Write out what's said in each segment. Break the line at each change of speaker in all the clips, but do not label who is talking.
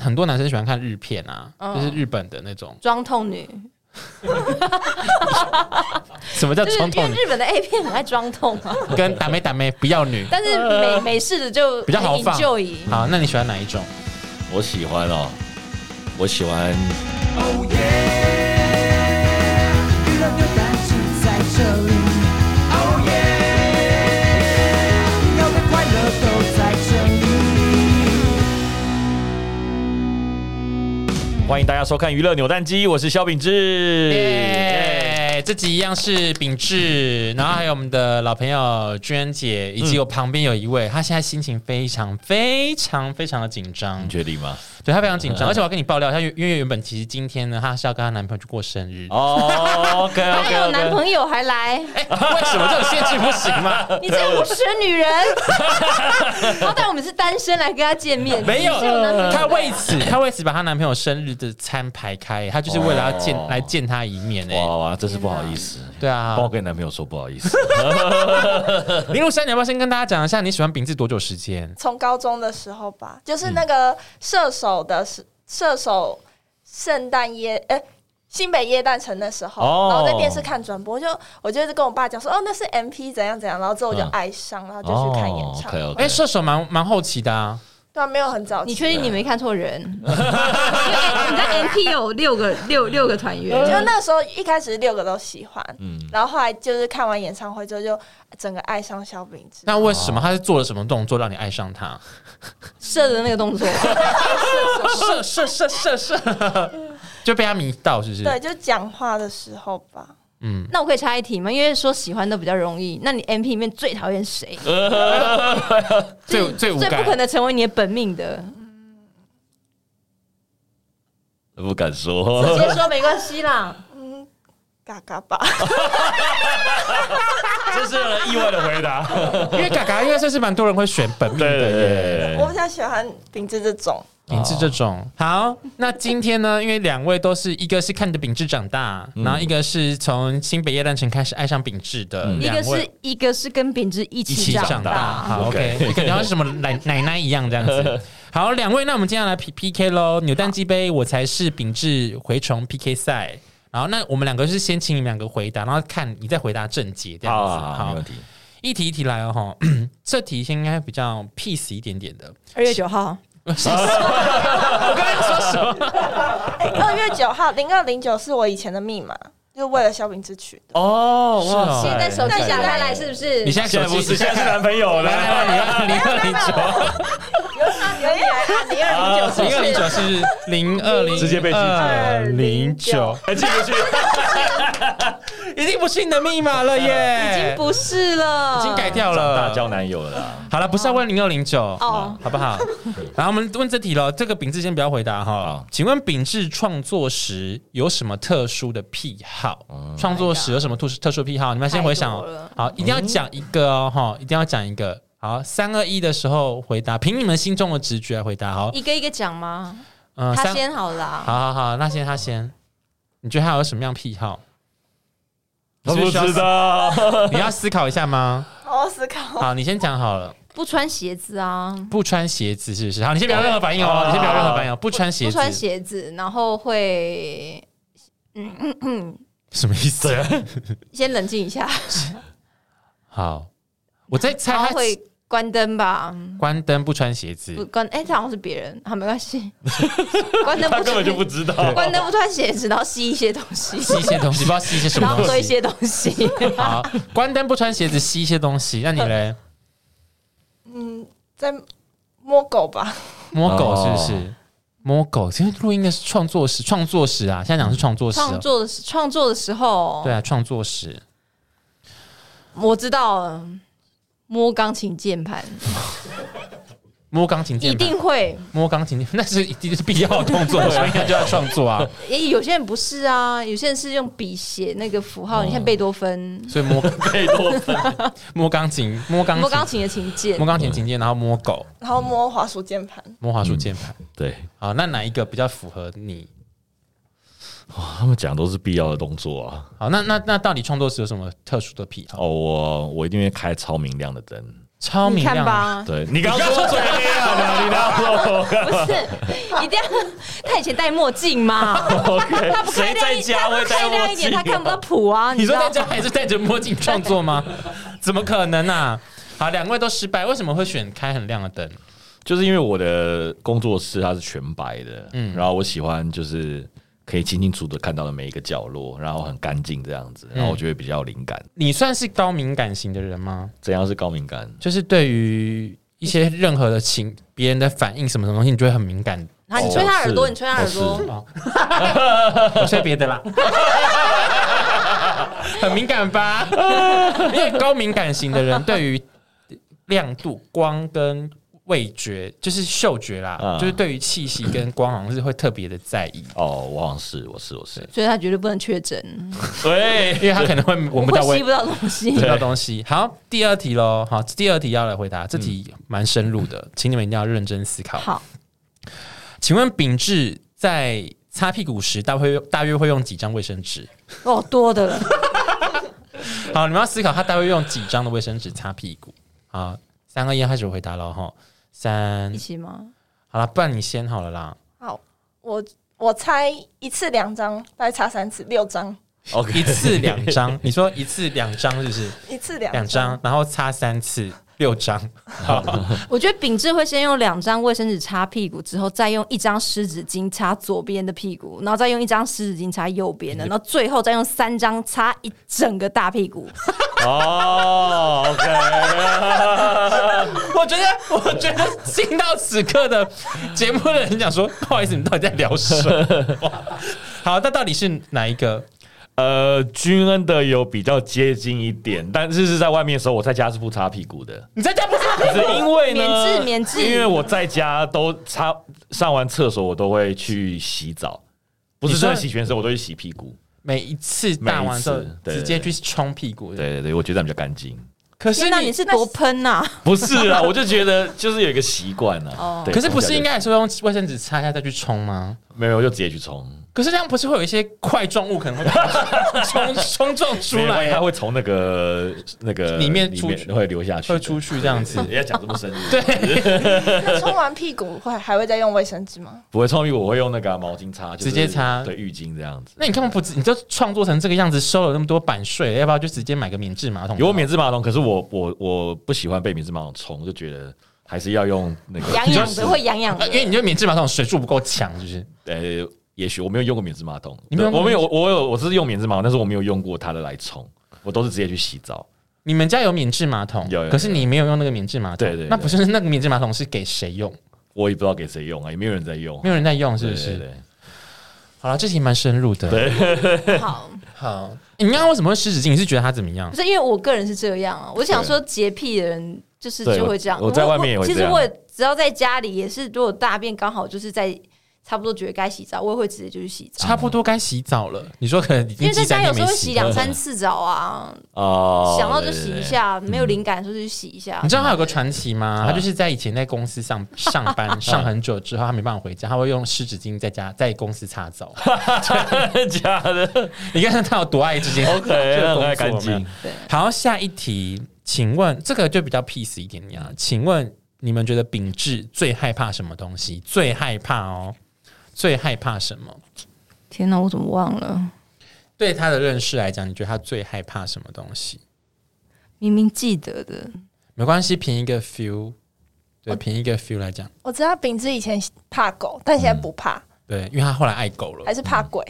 很多男生喜欢看日片啊，
嗯
就是日本的那种。
装痛女，
什么叫
就是
传
因
统
为
女？
日本的 A 片很爱装痛啊，
跟打妹打妹不要女。
但是美美式的就
呃比较豪放
e n
好，那你喜欢哪一种？
我喜欢哦，我喜欢
娱乐扭蛋机在这里，Oh yeah，要的快乐都在这里。
欢迎大家收看娱乐扭蛋机，我是肖秉志。
耶！这集一样是秉志，然后还有我们的老朋友娟姐，以及我旁边有一位，她现在心情非常非常非常的紧张
你，确定吗？
对她非常紧张，
嗯
而且我要跟你爆料，她因为因为原本其实今天呢，她是要跟她男朋友去过生日，
哦，OK
还
OK
有男
OK。
朋友还来，
哎为什么这种限制不行 吗？
你这个不识女人！好歹我们是单身来跟他见面，
没有呃
你是男朋 友，的
她为此她为此把她男朋友生日的餐排开，她就是为了要见
哦
来见她一面哎，
哇哇，真是不好意思，
对啊
帮，我跟你男朋友说不好意思。
林如山，你要不要先跟大家讲一下你喜欢秉志多久时间？
从高中的时候吧，
嗯
就是那个射手的时射手圣诞夜，哎、新北夜诞城的时候，
哦
然后在电视看转播，就我就是跟我爸讲说，哦，那是 MP 怎样怎样，然后之后我就
嗯哦
爱上，然后就去看演唱。
OK OK。
哎，射手蛮蛮好奇的啊。
对啊，没有很早期，
你确定你没看错人？因为你在 n p 有六个六六个团
呃
员，
就那时候一开始六个都喜欢，
嗯，
然后后来就是看完演唱会之后，就呃整个爱上萧秉治。
那为什么他是做了什么动作让你爱上他？
射的那个动作，
射射射射射， 就被他迷到，是不是？
对，就讲话的时候吧，
嗯，
那我可以插一题吗？因为说喜欢都比较容易，那你 MP 里面最讨厌谁？
最最无
最不可
感。
能成为你的本命的，
不敢
呃
直
说。
接说没关系啦。
嘎嘎吧，
这是让人意外的回 答。
因为嘎嘎应该算是蛮多人会选本命
对对
的耶，
对
我
对
比较喜欢秉治这种。
秉志这种。
哦
好，那今天呢，因为两位都是一个是看着秉志长大，
嗯
然后一个是从新北夜诞城开始爱上秉志的，
嗯
一
两
个
位
是一个是跟秉志一
一
起
起长
长
大。
大，
好
OK
，OK，你感觉像是什么奶奶奶一样这样子。 好，两位，那我们接下来 P P K 喽，扭蛋机杯，我才是秉志蛔虫 P K 赛。然后，那我们两个是先请你们两个回答，然后看你再回答正解这
对。
样
好
子。
好好，没问题。
一题一题来哦哈。 这题应该比较 peace 一点点的。
二月九号，
哎二月九号，零二零九是我以前的密码，就为了肖秉之取的。
哦
是哦现
啊在手机
那
打
现在
开来是不是
你？现在
现
手
在
机
不是，现在是男朋友
来
了。
来来，你二零二
有你来看，零二零九
零九，零二零九是零二零，
直接被记住
二零九，
还进 不去，
已经不是你的密码了耶，
已经不是了，
已经改掉了，
大交男友了啦。
好了，不是要问零六零九
哦，
好不 好？然后我们问这题了，这个秉志先不要回答哈
好。
请问秉志创作时有什么特殊的癖好？
嗯
创作时有什么特殊特殊癖好？你们先回想
太多
哦
了，
好，一定要讲一个哦，哈，一定要讲一个。好，三二一的时候回答，凭你们心中的直觉来回答。好，
一个一个讲吗？
嗯
他
三，
先好啊啦。
好好好，那先他先。你觉得他有什么样癖好？
我不知道，
你要思考一下吗？
好好 思考。
好，你先讲好了。
不穿鞋子啊，
不穿鞋子是不是？好，你先不要任何反应哦，你先不要任何反应哦。不穿鞋
不
子，
穿鞋子，然后会
什么意思？
先冷静一下，
好，我在猜
然后
他
会关灯吧？
关灯不穿鞋
不
子，
关，哎，这好像是别人，好没 关系。关灯
他
不
根本就不
穿，
知道。
关灯不穿鞋子，然后吸一些东西，
吸一些东西，不知道吸一些什
然
么
后喝
东
一
西。
些东西，
好，关灯不穿鞋子，吸一些东西。那你 嘞？
嗯，在摸狗吧，
摸狗是不是？摸狗，今天录音的是创作时，创作时啊，现在讲是创作时哦。
创作的时创作的时候，
对啊，创作时。
我知道了摸钢琴键盘
摸钢琴键
一
盘，
定会，
摸钢琴键 盘，那是一定是必要的动 作，所以应该就要创作啊。
也有些人不是啊，有些人是用笔写那个符
哦
号，你看贝多芬
嗯
所以摸
贝多芬，
摸钢琴，摸钢
摸
琴
钢，琴的琴键
摸，钢琴琴键，然后摸狗，
然后摸滑鼠键盘。
摸滑鼠键盘。
对
好，那哪一个比较符合你？
他们讲都是必要的动作啊。
好，那那那到底创作时有什么特殊的癖好？
哦，我我一定会开超明亮的灯。
超
你
明
看
亮，
吧，
啊对你刚刚说最黑暗的，你刚刚说
不是一定要。 他以前戴墨镜嘛，
OK，
他不开
谁
亮
在
一
家会
他不
戴
开亮
墨
一点，
镜
他
啊？
看不到谱啊。
你
知
说
道
大
吗
家还是戴着墨镜创作吗？ 怎么可能啊？好，两位都失败，为什么会选开很亮的灯？
就是因为我的工作室它是全白的，
嗯
嗯，然后我喜欢就是可以清清楚楚地看到的每一个角落，然后很干净这样子，然后我觉得比较有灵感。
你算是高敏感型的人吗？
怎样是高敏感？
就是对于一些任何的情，别人的反应什么什么东西，你就会很敏感。
啊，你吹他耳朵，
哦
你吹他耳朵
是，
我吹别的啦， 很敏感吧？ 因为高敏感型的人对于亮度、光跟味觉，就是嗅觉啦，
嗯
就是对于气息跟光，好像是会特别的在意。
哦，我好像是，我是，我是。
所以他绝对不能确诊，
对，
因为他可能会闻不
会
到味
吸不到东西
这。道东西。好，第二题喽。好，第二题要来回答，这题蛮深入的，请你们一定要认真思考。
好，
请问秉志在擦屁股时，大会大约会用几张卫生纸？
哦，多的 了，
好，你们要思考他大约用几张的卫生纸擦屁股。好，三二一，开始回答了哈。三
一，起吗？
好了，不然你先好了啦。
我我猜一次两张，大概擦三次，六张，
OK，
一次两张，你说一次两张是不是？
一次两
两张，然后擦三次，六张。
我觉得秉志会先用两张卫生纸擦屁股，之后再用一张湿纸巾擦左边的屁股，然后再用一张湿纸巾擦右边的，然后最后再用三张擦一整个大屁股。
哦，OK，
我觉得，我觉得听到此刻的节目的人讲说，不好意思，你到底在聊什么？好，那到底是哪一个？
呃，君恩的有比较接近一点，但是是在外面的时候，我在家是不擦屁股的。
你在家不是
可是因为呢，
免治免治
因为我在家都擦上完厕所，我都会去洗澡，不是
你说
真的洗全身，我都会洗屁股。
每一次大完之后
每一次对
直接去冲屁股？
对对对，我觉得这样比较干净。
可是
天哪，你
你，
是多喷呐、
不是啊，我就觉得就是有一个习惯啊
哦。
对
可是不是应该还是会用卫生纸擦一下再去冲吗？
没有，我就直接去冲，
可是这样不是会有一些块状物可能会 冲冲撞出
没有万一
来
它，会从那个那个
里面出去
会流下去的，
会出去这样 子。
人家讲这么深入，
那冲完屁股会还会再用卫生纸吗？
不会冲屁股，我会用那个啊毛巾擦，就是
直接擦
对浴巾这样子。
那你干嘛不直？你就创作成这个样子，收了那么多版税，要不要就直接买个免治马桶？
有免治马桶，可是我我我不喜欢被免治马桶冲，就觉得还是要用那个
痒痒的会痒痒
呃
的
因。为你觉得免治马桶水柱不够强，是不是？
呃，也许我没有用过免治马桶，
你没有用
对
过
我没有，我有，我是用免治马桶，但是我没有用过它的来冲，我都是直接去洗澡。
你们家有免治马桶，
有有
可是你没有用那个免治马桶，
对对对
那不是那个免治马桶是给谁用？
我也不知道给谁用啊，也没有人在用
没，有人在用，是
对
不
对
是？
对
好了，这题蛮深入的。对，
好，
好，你刚刚为什么会湿纸巾？你是觉得它怎么样
不？是因为我个人是这样啊，我想说洁癖的人就是
对
就会这样。
我我在外面也会
其
这
实
样
我只要在家里也是，如果大便刚好就是在差不多觉得该洗澡，我也会直接就去洗
啊
澡。
差不多该洗澡了。你说可能已
因
经
为在
几
家
三
有
天
时候
没
会洗
洗。
两三次澡啊，
哦
想到就洗一。下，没
嗯
有灵感的时候就去洗一下
你。知道他有个传奇吗？他就是在以前在公司上 上班上很久之后，他没办法回家，他会用湿纸巾在家在公司擦澡。
对对对假的
你看他有多爱纸巾
，OK，
这个工
很
作
爱干
有没
净
有。好，下一题，请问这个就比较 peace 一点点啊？请问你们觉得秉志最害怕什么东西？最害怕哦，最害怕什么？
天哪，我怎么忘了？
对他的认识来讲，你觉得他最害怕什么东西？
明明记得的，
没关系，凭一个 feel，对，凭一个 feel 来讲，
我知道秉志以前怕狗，但现在不怕，
对，因为他后来爱狗了
还。是怕鬼，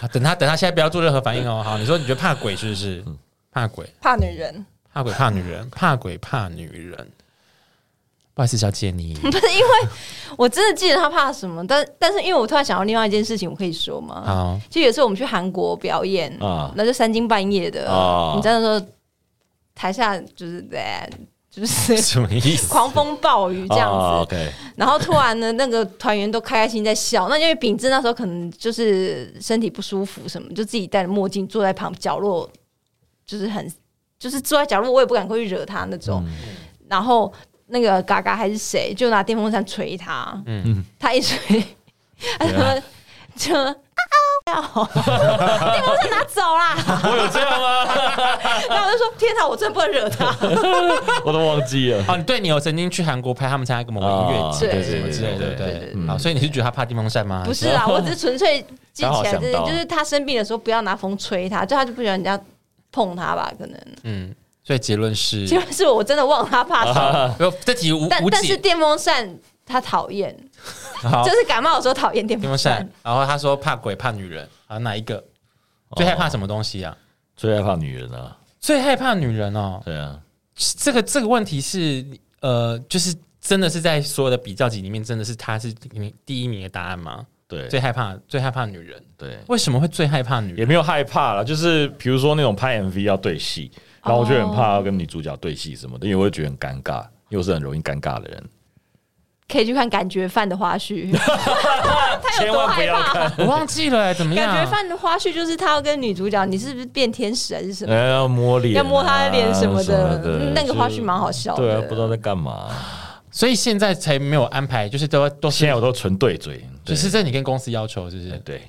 啊等他，等他现在不要做任何反应哦。好，你说你觉得怕鬼是不是？怕鬼，
怕女人。
怕鬼，怕女人，怕鬼，怕女人。不好意思，小姐， 你
不是因为我真的记得他怕什么，但但是因为我突然想到另外一件事情，我可以说吗？
好，
就有一次我们去韩国表演
啊
那就三更半夜的，
啊
你知道说台下就是在就是
什么意思？
狂风暴雨这样子，
哦，OK，
然后突然呢，那个团员都开开心心在笑，那因为秉志那时候可能就是身体不舒服什么，就自己戴着墨镜坐在旁角落，就是很就是坐在角落，我也不敢过去惹他那
嗯
种。然后那个嘎嘎还是谁，就拿 电风扇捶他，嗯，他一捶，他说就。啊要，电风扇拿走啦！
我有这样吗？
然后我就说：“天哪，我真的不能惹他。
我都忘记了。
哦，对你有曾经去韩国拍他们参加一个某个音乐节
哦对
什么之类的，
对
对
对
对嗯
对。好，所以你是觉得他怕电风扇吗？”
不是 啊，我只是纯粹记
刚好
起来
想
这件，
到
就是他生病的时候不要拿风吹他，就他就不喜欢人家碰他吧？可能
嗯，所以结论是，啊
结果是我真的忘他怕他，
没有这题无
但
无
但是
解。
电风扇他讨厌，
好
就，是嗯感冒的时候讨厌电
电
风
风
扇
扇。。然后他说怕鬼怕女人，啊，哪一个最害怕什么东西
哦
啊？
最害怕女人啊，
最害怕女人哦，
对啊，
这个这个问题是呃，就是真的是在所有的比较级里面，真的是他是你第一名的答案吗？
对
最害怕最害怕女人，
对，
为什么会最害怕女
也
人？
没有害怕啦，就是比如说那种拍 MV 要对戏，然后我就很怕要跟女主角对戏什么的，因为我会觉得很尴尬，因为我是很容易尴尬的人。
可以去看感觉犯的 花絮，他有
千
多
万不
害
要
怕？
看，
我忘记了、怎么
哎
样？
感觉犯的花絮就是他要跟女主角，你是不是变天使还是什么？
哎，要摸脸啊，
要摸她的脸什么的
的
嗯那个花絮
就是
蛮好笑的
对啊，不知道在干嘛。
所以现在才没有安排，就是都都是
现在我都纯对嘴，
就
对
是这你跟公司要求，是不 是？
对，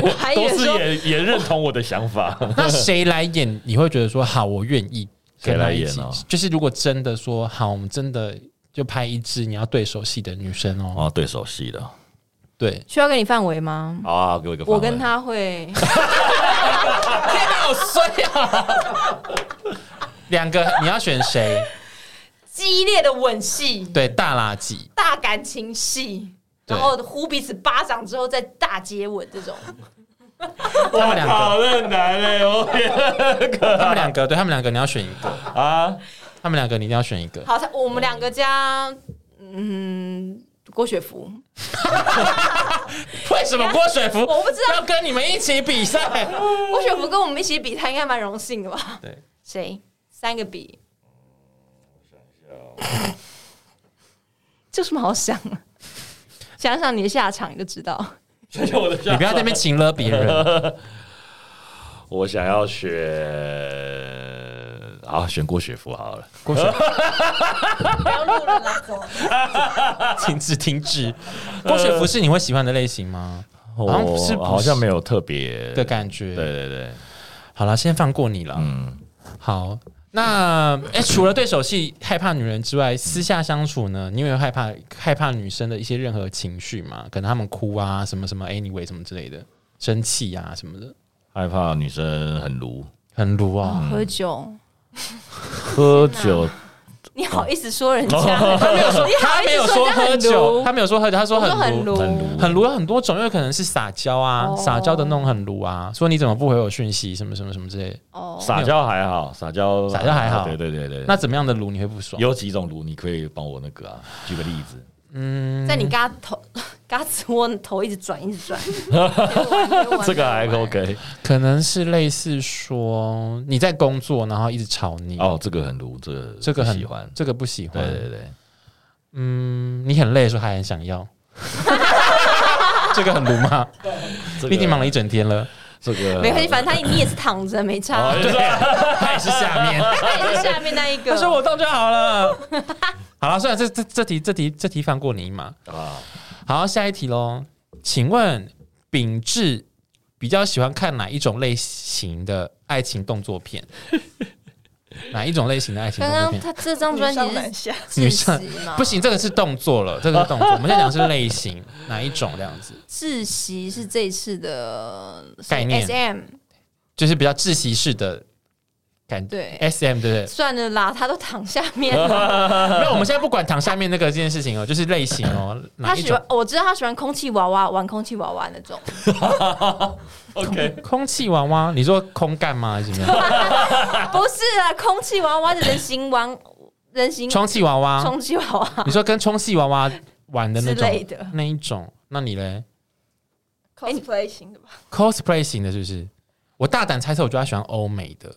我 还以
都
为
是
说
也也认同我的 想法。
那谁来演？你会觉得说好，我愿意
谁
跟他
来
一
演
起
哦
就是如果真的说好，我们真的就拍一支你要对手戏的女生哦。
哦，对手戏的，
对，
需要给你范围吗？
好啊，给我一个方
我
案。
跟他会，
好衰啊！两个你要选谁？
激烈的吻戏，
对，大垃圾。
大感情戏，
对
然后呼彼此巴掌之后再大接吻，这种
他们两个，
论难嘞，我
他们两个，对他们两个，你要选一个，
啊，
他们两个你一定要选一个。
好，他我们两个加嗯郭雪芙，
为什么郭雪芙
我不知道
要跟你们一起比赛？
郭雪芙跟我们一起比，他应该蛮荣幸的吧？
对，
谁三个比？
哦
这有什么好想啊？想想你的下场，你就知道。
这是我的。
你不要在那边请了别 人。
我想要选，好，选郭雪芙好了。
郭雪芙，
不要路人拿走。
停止停止。郭雪芙是你会喜欢的类型吗？好像
我
是不是
哦好像没有特别
呃
的感觉。
对，对对，
好了，先放过你了。
嗯，
好，那哎、诶除了对手戏害怕女人之外，私下相处呢，你有没有害怕害怕女生的一些任何情绪嘛？可能她们哭啊，什么什么，anyway 什么之类的，生气啊什么的，
害怕女生很鲁，
很鲁啊。
哦喝酒，
喝
哦
酒
你好意思说人家？他没有说，
他没有说喝酒，他没有说喝酒，他说
我说
很
很
鲁。
撸，
很撸
很鲁有很多种，有可能是撒娇啊，
哦
撒娇的那种很鲁啊，说你怎么不回我讯息，什么什么什么之类的。
哦，
撒娇还好，撒娇啊
撒娇还好
对对对对。
那怎么样的鲁你会不爽？
有几种卤，你可以帮我那个啊，举个例子。
在你嘎头 嘎子窝头一直转，一直 转，
这个还 OK
可能是类似说你在工作，然后一直吵你，
哦，这个很卤，这个
嗯这个
不
很
喜欢。
这个不喜欢
对。对对，
嗯，你很累的时候还很想 要，这个很鲁吗？
这个
毕竟忙了一整天了，
这 个
没关系，反正他你也是躺着，没差，
哦对
他也是下面。
他也是下面那一个。
他说我到就好了。好了，算了，这这这题这题这题放过你一马。
啊，
好，下一题喽。请问秉志比较喜欢看哪一种类型的爱情动作 片？哪一种类型的爱情
刚
动作
刚
片？
他这张专
女上男
辑
下
是
女
窒
上
息嘛？
不，行，这个是动作了，这个是动作。我们现在讲的是类型， 哪一种这样子？
窒息是这一次的
概念
S M
就是比较窒息式的感
对
S M 对 不
算了啦，他都躺下 面了。
对？没有，我们现在不管躺下面那个这件事情哦，就是类型哦，哪
他
一
喜
种
欢？，我知道他喜欢空气娃娃，玩空气娃娃那 种。
空气娃娃，你说空干吗？还是 怎么
啊
样？
不是啊，空气娃娃是人形玩，人形
充气娃娃，
充气娃娃。
你说跟充气娃娃玩的那
之类
种
的
那一种，那你嘞
cosplay 型的吧？
cosplay 型的，是不是？我大胆猜测，我觉得他喜欢欧美的，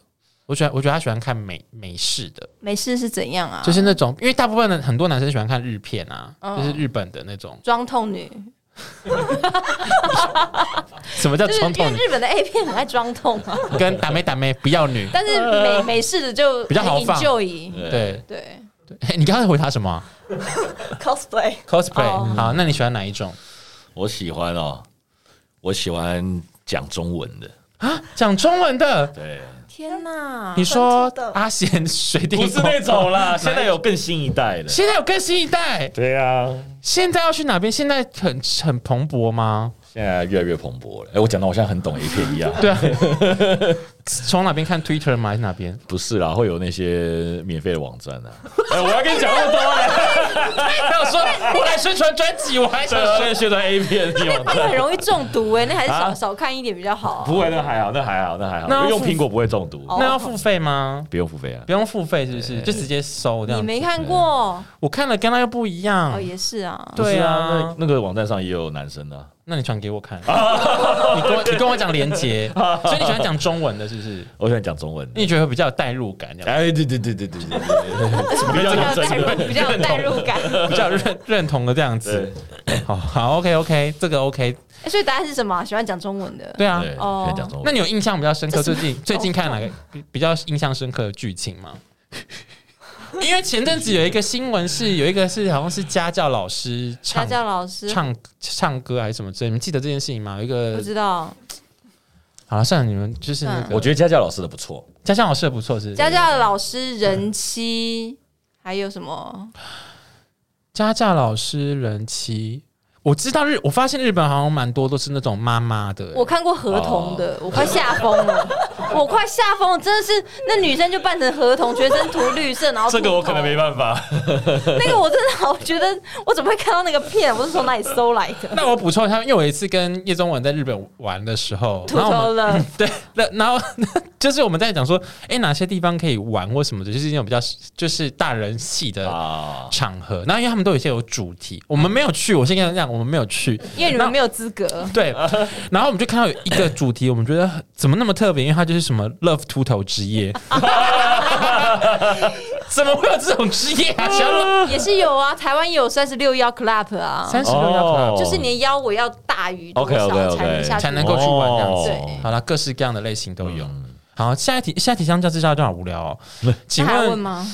我喜欢，我觉得他喜欢看美美式的，
没事是怎样啊？
就是那种，因为大部分的很多男生喜欢看日片啊，
嗯
就是日本的那种，
装痛女，
什么叫
就是
传
因为
统
日本的 A 片很爱装痛 啊，
跟打妹打妹不要女？
但是美美式的就
比较豪放嗯
就以
对，
对，
对 你刚才回答什么啊、
cosplay
cosplay，、
哦
好，那你喜欢哪一种？
我喜欢哦，我喜欢讲中文的，
啊，讲中文的，
对，
天哪
你！说
本土的
阿贤水电
不是那 种啦，现在
有
有更新一代 的，
现在有更新一代，
对啊，
现在要去哪边？现在很很蓬勃吗？
现在越来越蓬勃了。哎，我讲的好像很懂 A 片一样，
对 啊，从哪边看 Twitter 吗？还是哪边？
不是啦，会有那些免费的网站啊。 哎，我要跟你讲那么多 嘞，
还有说我来宣传专辑，我还想
对啊，现在宣传 A 片的网
那个
站
很。容易中毒哎，那还是
啊
少少看一点比较好啊。
不会，那还好，那还好，那哦还好。
那
因
要
为用
付
苹果不会中毒，
那要付费吗？
不用付费啊
不。用付费是不是？就直接收这
你
样？嗯
没看过
我看了跟他又不一样
哦，。也是啊。
对
不是
啊
那，那个网站上也有男生的啊。
那你传给我 看。你跟我你跟我讲连接，所以你喜欢讲中文的，是不是？
我喜欢讲中文的。
你觉得比较有代入 感，这样
哎，对对对对对对对 对，比
比
较
较有代
认真
入，
的，
比较有代入 感。
比较认认同的这样子
对。
好好，OK OK，这个 OK，
哎所以答案是什么啊？喜欢讲中文的。
对啊。
对，喜
哦
欢讲中
那
文。
你有印象比较深刻最近最
么
近看哪个比比较印象深刻的剧情吗？因为前阵子有一个新闻是有一个是好像是家教老师
家
唱
教老师，
唱唱歌还是什么之类，你们记得这件事情吗？有一
不
个
知道。
好了，算了，你们就是那
嗯
个
我觉得家教老师的不错，
家教老师也不错，是不是
家教老师人妻，还有什么？
家教老师人妻。我知道日，我发现日本好像蛮多都是那种妈妈的、
我看过合同
哦
的，我快吓疯了，我快吓疯了，真的是那女生就扮成合同，全身涂绿色，然后
这个
秃
我可能
头
没办法。
那个我真的好觉得，我怎么会看到那个片？我是从哪里搜来的？
欸那我补充一下，因为我有一次跟叶宗文在日本玩的时候，
吐
然后我
槽
们
了，
对，那然后 就是我们在讲说，哎、哪些地方可以玩或什么的，就是那种比较就是大人系的
啊，
场合。然后因为他们都有一些有主题，我们没有去。我先跟他讲，我们没有去。
因为你们没有资格。
对，然后我们就看到有一个主题，我们觉得 怎么那么特别，因为它就是什么 “love 秃头之夜”， 怎么会有这种之夜啊？想要
也是有啊，台湾也有三十六幺 club 啊，
三十六要
就是你的腰围要大于多少
OK，OK，OK
才能下去
才能够去玩这样子。
哦
对
好了，各式各样的类型都有。
嗯
好，下一题，下一题相较之下就好无聊哦。请
那还问
问
吗？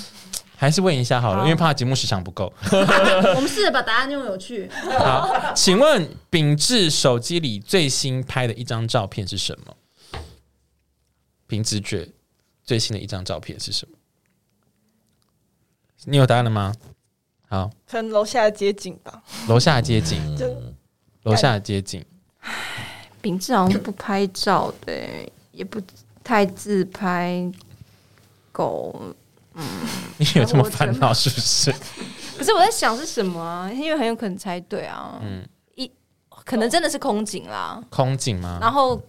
还是问一下好了，
好
因为怕节目时长不够。
我们试着把答案用有趣。
好，请问秉志手机里最新拍的一张照片是什么？凭直觉，最新的一张照片是什么？你有答案了吗？好，
可能楼下的街景吧，
楼下街景，
就
楼下街景，
秉志好像不拍照的、欸也不太自拍狗。
你有这么烦恼是不是？
可是我在想是什么啊？因为很有可能猜对啊。
嗯
一可能真的是空景啦，
空景吗？
然后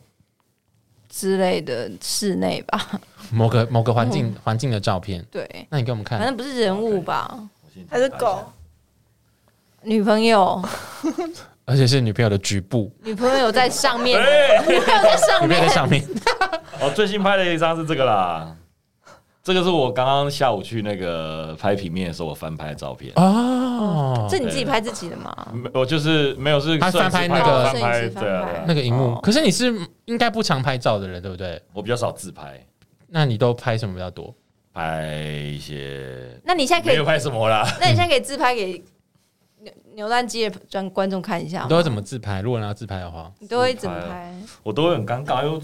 之类的室内吧。
某个某个环境
嗯
环境的照片，
对，
那你给我们
反
看。
正不是人物吧？
还是狗，
女朋友，
而且是女朋友的局部，
女朋友在上 面，女朋友在上
哎女朋友在
面，
上 面。
哦，最新拍的一张是这个啦，这个是我刚刚下午去那个拍平面的时候我翻拍的照片。
哦，
这你自己拍自己的吗？
没我就是没有是
他
摄影
翻拍
师的
那个
翻
摄影
拍
师翻
对啊
拍
对啊
那个荧幕，
哦
可是你是应该不常拍照的人，对不对？
我比较少自拍，
那你都拍什么比较
哦
多？
拍一些
那你现在可
没
以
有，拍什么啦，
那你现在可以自拍给牛牛蛋鸡的观观众看一下吗
你都会怎么自拍？如果你要自拍的话，
你都会怎么
自
拍？
我都会很尴尬，因为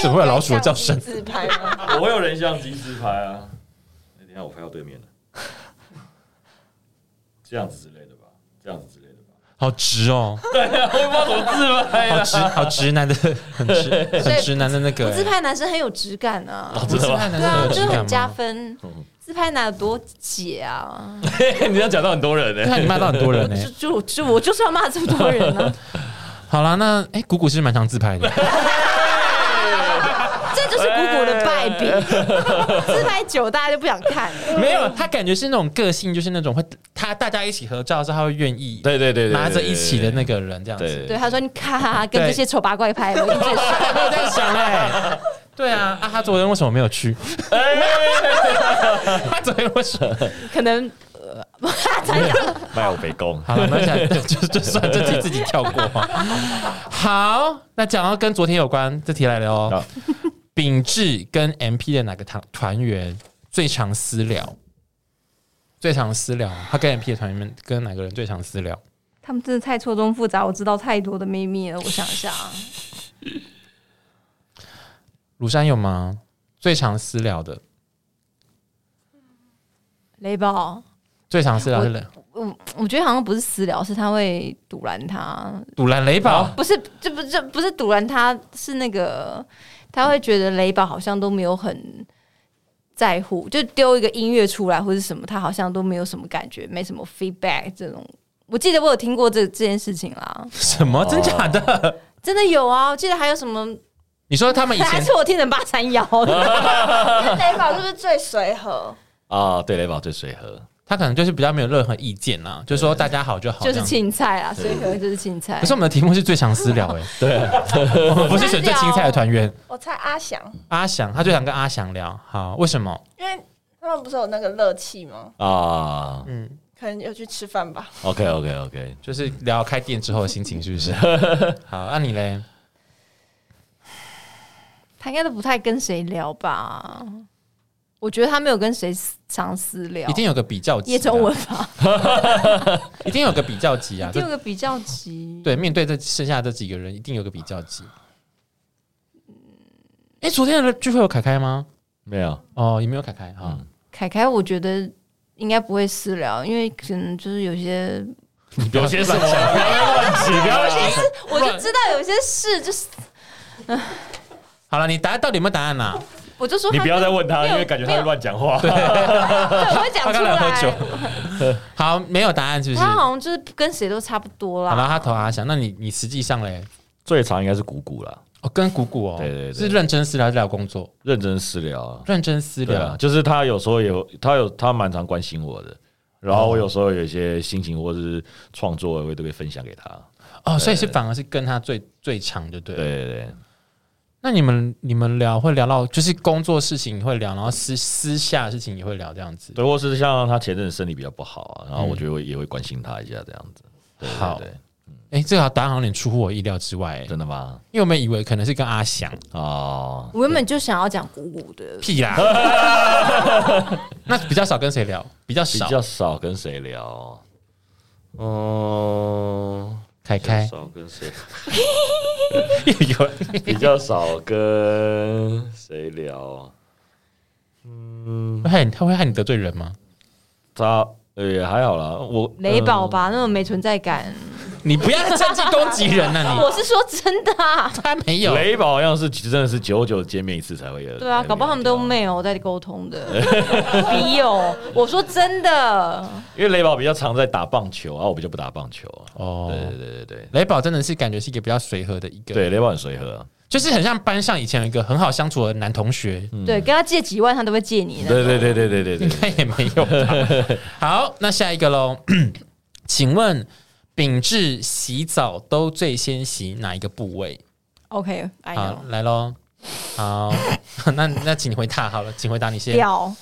怎么会有老鼠的叫声
自拍吗？
我我会有人相机自拍啊。哎等一下我拍到对面了， 这样子之类的吧，这样子之类的吧。
好直哦，好直，好直男的，很 直，很直男的那个、
不自拍男生很有质感啊，
哦
不自拍男
对啊，
生
就是
有
很
质
加
感吗？嗯
分。自拍男有多解啊！
你要讲到很多人呢、
对啊，你骂到很多人呢、
就就就我就是要骂这么多人啊呢、
好啦，那哎，谷谷是不是蛮常自 拍的，
啊，这就是姑姑的败笔。 自拍久大家就不想看了，
没有，他感觉是那种个性，就是那种会他大家一起合照的时候，他会愿意
对对对对，
拿着一起的那
个，
个人这样子。
对
对他说：“你看，跟这些丑八怪拍，我一定最帅。
我有在想哎，对啊，啊，他昨天为什么没有去？哎 他昨天为什么？
可能呃
卖我北宫。
好了，没关系， 就就算这题自己跳过 嘛。好，那讲到跟昨天有关，这题来了哦
好。
秉志跟 MP 的哪个团团员最常私聊？最常私聊，他跟 MP 的团员们跟哪个人最常私聊？
他们真的太错综复杂，我知道太多的秘密了。我想一下啊，
鲁山有吗？最常私聊的，
雷宝，
最常私聊的
我我觉得好像不是私聊，是他会堵拦他，
堵拦雷宝。
哦
不是，这不这不是堵拦他，是那个他会觉得雷宝好像都没有很在乎，就丢一个音乐出来或是什么，他好像都没有什么感觉，没什么 feedback 这种。我记得我有听过这这件事情啦，
什么？真假
哦
的？
真的有啊！我记得还有什么，
你说他们以
还
前
是我听成八三幺 的，
那雷宝是不是最随和？
啊，对，雷宝最随和，
他可能就是比较没有任何意见啦，就说大家好就好。
就是
这样
青菜 啊，所以可能就是青菜
可。是我们的题目是最常私聊哎、
对，
我们不是选最青菜的团员。
我猜阿翔，
阿翔，他最想跟阿翔聊，好，为什么？
因为他们不是有那个乐器吗？
啊
嗯，
可能有去吃饭吧。
，OK OK OK，
就是聊开店之后的心情，是不是？好，那、你嘞？
他应该都不太跟谁聊吧？我觉得他没有跟谁私常私聊
一。定有个比较级、啊，
叶中文吧，
一定有个比较级啊
一，定有
就
个比较急。
对，面对这剩下这几个人，一定有个比较级。哎、昨天的聚会有凯凯吗？
没有，
哦，也没有凯凯啊。
嗯
凯凯，我觉得应该不会私聊，因为可能就是有些，
有些什么？不要乱起，不 要乱起
我就知道有些事就是，
好了，你答案到底有没有答案呐、啊？
我就说
你
他
不要再问他，因为感觉他
没
会
有
乱讲话。
对，我会讲
他刚
出
来喝
来。
酒。好，没有答案是不是？
他
好
好像就是跟谁都差不多
了，
啦。
他投阿翔，那你你实际上嘞？
最长应该是谷谷啦，
哦，跟谷谷哦，
对对对
是认真私聊聊工作，
认真私聊啊，
认真私
对
聊。
啊，就是他有时候有，他有他蛮常关心我的，然后我有时候有一些心情或者是创作，我也都会分享给他。
哦，所以是反而是跟他最最长就对
对
了。
对对，
那你们你们聊会聊到就是工作事情会聊，然后私私下事情也会聊这样子。
对，或是像他前阵子身体比较不好啊，然后我就会也会关心他一下这样子。对
好
对
哎、这个答案好像有点出乎我意料之外、
对，
诶
真的吗？
因为我们以为可能是跟阿翔，
哦，
我原本就想要讲鼓鼓
呃
的，
屁 啦。那比较少跟谁聊？比较
比
少。
较少跟谁聊，嗯，
凯
比较
凯
少跟谁，
有
比较少跟谁聊。嗯，
会害你，他会害你得罪人吗？
他呃也还好啦，我呃
雷宝吧，那种没存在感。
你不要趁机攻击人
嗯
呐、
我是说真的啊，
你他没有
呃。雷宝好像是真的是久久见面一次才会有。
对啊，搞不好他们都没有在沟通的， 没有。我说真的，
因为雷宝比较常在打棒球啊，我比较不打棒球啊。
哦
对对对对对
雷宝真的是感觉是一个比较随和的一个，
对，，雷宝很随和啊。
就是很像班上以前有一个很好相处的男同学，
对，跟他借几万，他都会借你的。
嗯对对对对对
应
对 对，
该也没有吧。好，那下一个喽， 请问秉志洗澡都最先洗哪一个部位？
OK，I
好
know，，
来喽。好， 那那请你回答好了，请回答你先。
屌。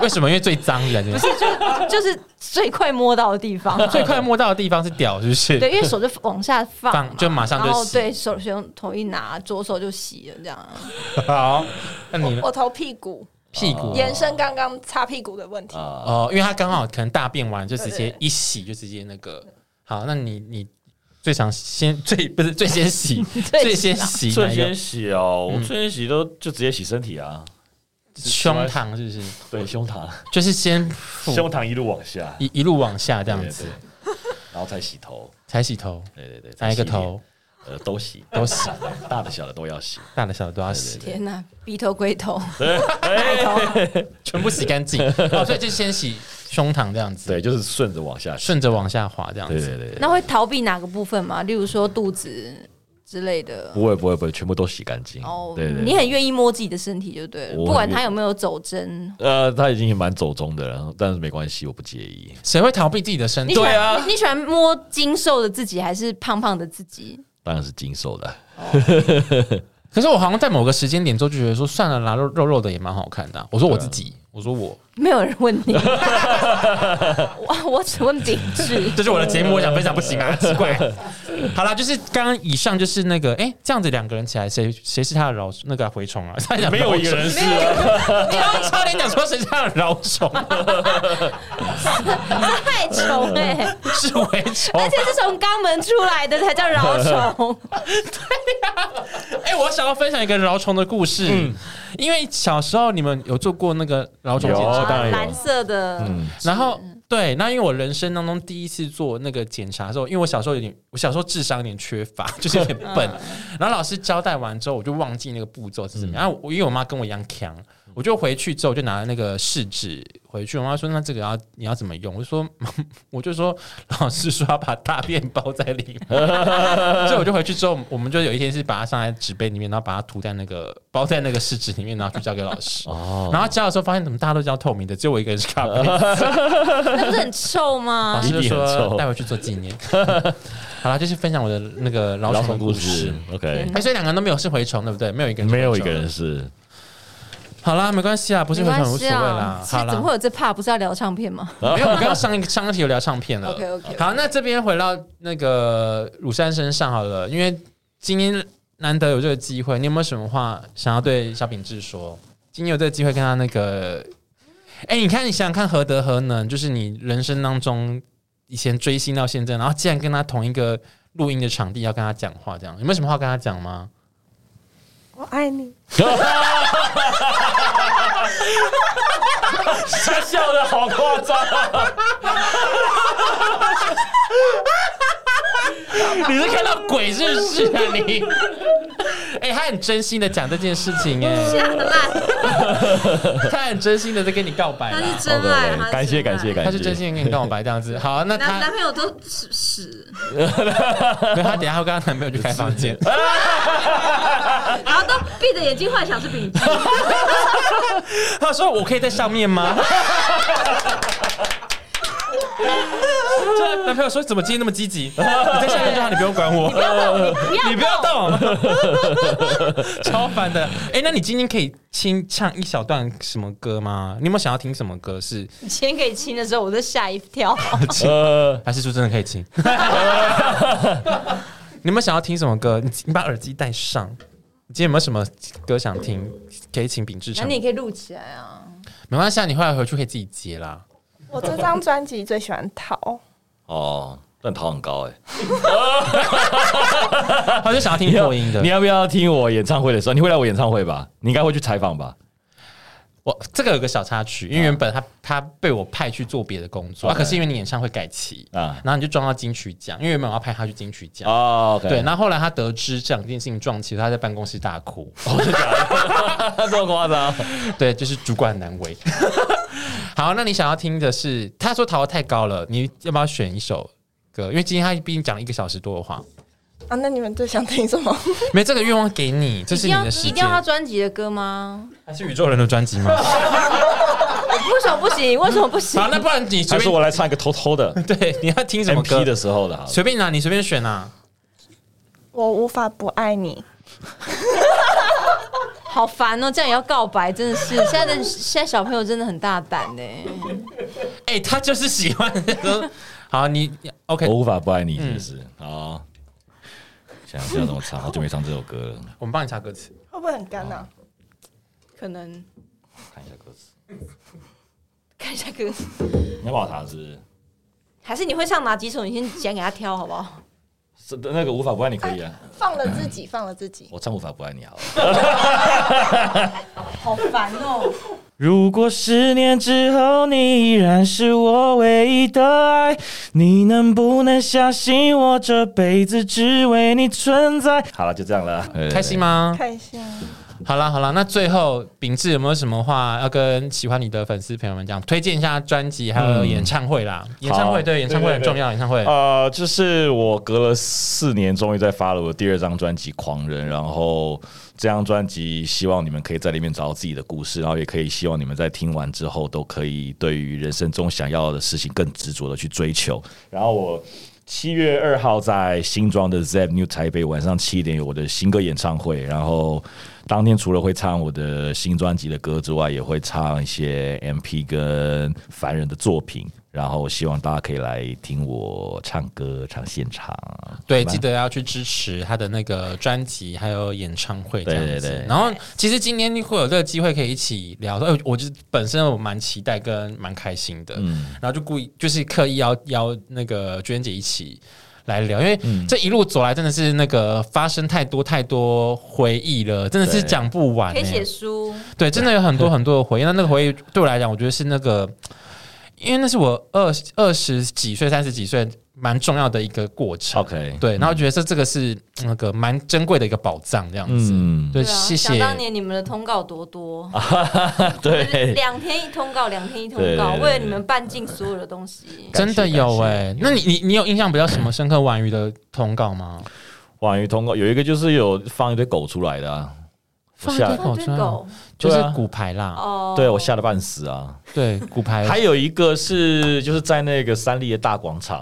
为什么？因为最脏人，
不是，就就是最快摸到的地方。
最快摸到的地方是屌，是不是？
对，因为手就往下放嘛，
放就马上就
然后
洗
对手用头一拿，左手就洗了，这样。
好，那你呢
我投屁股，
屁股
延伸刚刚擦屁股的问题。
啊，
哦，因为他刚好可能大便完就直
对对
接
对
一洗就直接那个。好，那你你最想先最不是最先洗最先洗哪
最
一个
先洗哦，我最先洗都就直接洗身体啊，
胸膛是不是？
对，胸膛，
就是先
胸膛一路往下，
一一路往下这样子
对，对 然后才洗头，
才洗头，
对对对，才
哪一个
洗脸
头？
呃，都洗，
都 洗，
大的小的都要洗。
大的小的都要洗，
天哪，鼻头龟头，
全部洗干净。 哦，所以就先洗胸膛这样子，
对，，就是顺着往下洗。
顺着往下滑这样
对对
子。
对，对
那会逃避哪个部分吗？例如说肚子之类的。
不会不会不会，全部都洗干净。
哦，
对对，
你
嗯
对
很愿意摸自己的身体就对了，
我
不管
很
他
愿
有没有走针。
呃，他已经蛮走中的了，但是没关系，我不介意。
谁会逃避自己的身
你
体？啊
喜欢、你你喜欢摸精瘦的自己还是胖胖的自己？
当然是精瘦 的，
可是我好像在某个时间点之后就觉得说，算了啦，肉肉肉的也蛮好看的啊、我说我自己，我说我，
没有人问你，我我只问秉志。
这是我的节目，我想分享不行啊，奇怪。好啦，就是刚刚以上就是那个，哎、这样子两个人起来，谁谁是他的老那个蛔虫啊？差点讲
没有一个人是啊，
老鼠，你刚刚差点讲说谁是他的老虫，啊
太穷哎、
是蛔虫。
而且是从肛门出来的才叫饶虫。
哎、我想要分享一个饶虫的故事，因为小时候你们有做过那个饶虫
有
检查
哦，当然有
蓝色的，
嗯，
然后对，那因为我人生当中第一次做那个检查的时候，因为我小时候有点，我小时候智商有点缺乏， 就是有点笨。然后老师交代完之后，我就忘记那个步骤是怎么样。然后我因为我妈跟我一样强，我就回去之后就拿那个试纸回去，我妈说那这个要你要怎么用？我就说 我就说老师说要把大便包在里面， 所以我就回去之后，我们就有一天是把它上在纸杯里面，然后把它涂在那个包在那个试纸里面，然后去交给老师。
哦，
然后交的时候发现怎么大家都交透明的，只有我一个人是咖啡。
那不是很臭吗
老？师啊就
一定很
说
臭
带回去做纪念。 好了，就是分享我的那个老
老
鼠
鼠
的
故
故
事
事。
，OK，
哎、所以两个人都没有是蛔虫，对不对？没有一个人是蛔虫
没有一个人。是
好啦，没关系啊，不是
没
蛔
关
虫无所谓
系啊
啦。，
其
好
实怎么会
啦，
有这怕？不是要聊唱片吗？
没有，我刚刚上一个上一题有聊唱片了。
OK，OK
好，那这边回到那个乳山身上好了，因为今天难得有这个机会，你有没有什么话想要对小秉志说？今天有这个机会跟他那个，哎、你看你想想看何德何能，就是你人生当中以前追星到现在，然后竟然跟他同一个录音的场地要跟他讲话，这样有没有什么话跟他讲吗？
我爱你。
他笑的好夸张啊！
你是看到鬼是不是啊你？哎、他很真心的讲这件事情、 哎，
真的烂，
他很真心的在跟你告白
他
啦。
是真爱，他是真爱
感谢感谢。感谢，
他是真心跟你告白这样子。好，那
男
他
男朋友都屎屎，
没有他等一下会跟她男朋友去开房间。
然后都闭着眼睛幻想是饼干，
他说：“我可以在上面吗？”啊这男朋友说：“怎么今天那么积 极？你在下面就 好，你不用管我，你不要动， 超烦的。”哎，那你今天可以清唱一小段什么歌吗？你有没有想要听什么歌？是
你今天可以亲的时候，我都吓一跳。
呃，
还是说真的可以清？ 你有没有想要听什么歌？你你把耳机戴上。你今天有没有什么歌想听？可以请秉志
那
唱。
你也可以录起来啊。
没关系，啊，你后来回去可以自己接啦。
我这张专辑最喜欢逃，
哦，但桃很高哎，
他就想要听破音的
你。要不要听我演唱会的时候？你会来我演唱会吧？你应该会去采访吧？
我这个有个小插曲，因为原本他他被我派去做别的工作，啊，
OK
可是因为你演唱会改期
啊
啊，然后你就撞到金曲奖，因为原本我要派他去金曲奖。
哦，OK，
对，然后后来他得知这两件事情撞期，他在办公室大哭。 哦
那这么夸张？
对，就是主管难为。 好，那你想要听的是，他说桃太高了，你要不要选一首歌？因为今天他毕竟讲了一个小时多的话，
啊，那你们最想听什么？
没这个愿望给你，这
一
是
定
你
要
的时
一定
间
要。他专辑的歌吗？
还是宇宙人的专辑吗？
为什么不行？为什么不行
好，？那不然你随
还是我
便
来唱一个偷偷的
对，你要听什么
MP
歌
的时候的好了，
随便拿，你随便选啊。
我无法不爱你。
好烦哦，这样也要告白，真的是现在的现在小朋友真的很大胆呢。
哎、他就是喜欢那种。好，你 OK，
我无法不爱你，是不是？好，想一下怎么唱，好久没唱这首歌了，
我们帮你查歌词。
会不会很干啊？
可能
看一下歌词。
看一下歌，
你要帮我查是不是？
还是你会唱哪几首？你先讲给他挑好不好？
是那个无法不爱你可以啊，
放了自己，放了自己。
我唱无法不爱你好了。
好烦哦！
如果十年之后你依然是我唯一的爱，你能不能相信我这辈子只为你存在？好了，就这样了，
开心？吗？
开心啊，
好啦好啦，那最后秉志有没有什么话要跟喜欢你的粉丝朋友们讲？推荐一下专辑还有演唱会
嗯
啦，演唱会对演唱会很重要，演唱会。
呃，就是我隔了四年，终于在发了我第二张专辑《狂人》，然后这张专辑希望你们可以在里面找到自己的故事，然后也可以希望你们在听完之后都可以对于人生中想要的事情更执着的去追求。然后我。七月二号在新庄的 z e b New 台北晚上七点有我的新歌演唱会，然后当天除了会唱我的新专辑的歌之外，也会唱一些 MP 跟凡人的作品，然后希望大家可以来听我唱歌、唱现场。
对，记得要去支持他的那个专辑，还有演唱会这样子。
对对对
然后其实今天会有这个机会可以一起聊，呃，我就本身我蛮期待跟蛮开心的，
嗯，
然后就故意就是刻意要邀那个娟姐一起来聊，因为
嗯
这一路走来真的是那个发生太多太多回忆了，真的是
对
讲不完、
可以
欸
写书，
对，真的有很多很多的回忆。那那个回忆对我来讲，我觉得是那个，因为那是我二二十几岁、三十几岁蛮重要的一个过程。
OK，
对，然后觉得这这个是那个蛮珍贵的一个宝藏，这样子。
嗯，
对，
啊，
谢哎
想
谢。
当年你们的通告 多多，就是
对，
两天一通告，两天一通
对对
告，
对对
为了你们办尽所有的东西。
真的有
感谢
哎、那你你你有印象比较什么深刻婉瑜的通告吗？
网鱼通告有一个就是有放一堆狗出来的、啊，我
放一
吓
堆
放对
真的
狗
就是
对啊
骨牌啦，
哦，
对我吓得半死啊！
对，骨牌
还有一个是就是在那个三立的大广场，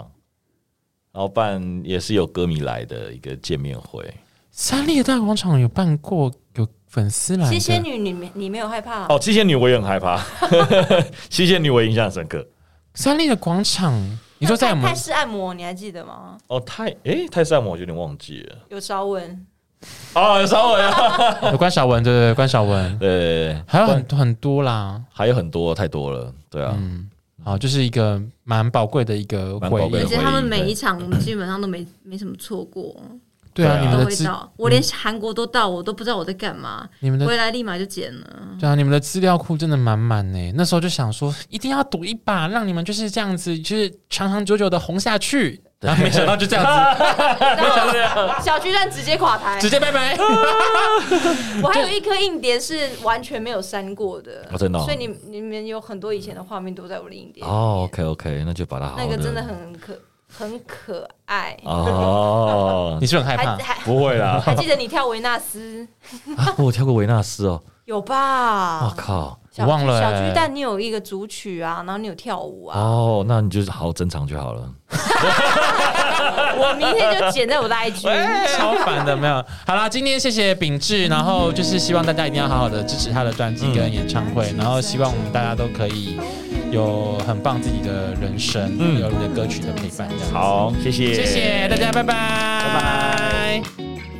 然后办也是有歌迷来的一个见面会。
三立的大广场有办过，有粉丝来的。
七仙女，你没你没有害怕？
哦，七仙女我也很害怕， 七仙女我也印象很深刻。
三立的广场，你说在我
那泰
们
泰式按摩，你还记得吗？
哦，泰诶，泰山我有点忘记了。
有烧文，
哦，稍微 啊，
有呃关晓雯，对对对，关晓雯，
对对对，
还有很多很多啦，
还有很多太多了，对啊，
嗯，好，就是一个蛮宝贵的一个
蛮
回
宝
而
贵的
忆
回，
且他们每一场我们基本上都没没什么错过，
对啊，
对啊
你们
都
的
会
资，
到。我连韩国都到，我都不知道我在干嘛，
你们的
回来立马就剪 了。
对啊，你们的资料库真的满满呢。那时候就想说，一定要赌一把，让你们就是这样子，就是长长久久的红下去。然后没想到就这样子，
小巨蛋直接垮台
直。接拜拜。
我还有一颗硬碟是完全没有删过的
哦，真的哦
所以你你们有很多以前的画面都在我的硬碟。
哦，OK OK，那就把它好好
那
地
个真的很可很可爱。
哦
你，是不是很害
还
怕？
还
不会啦，
还记得你跳维纳斯
哎啊我有跳过维纳斯 哦，
有吧？
我靠，
小
我忘了
小
欸
巨蛋，你有一个组曲啊，然后你有跳舞啊。
哦，那你就是好好珍藏就好了。
我明天就剪在我的 IG。
超哎烦的，没有。好啦，今天谢谢秉志，然后就是希望大家一定要好好的支持他的专辑跟演唱会，然后希望我们大家都可以有很棒自己的人生，嗯，
嗯
有你的歌曲的陪伴，这样。，
好，谢谢，
谢谢大家，拜拜，拜拜。
Thank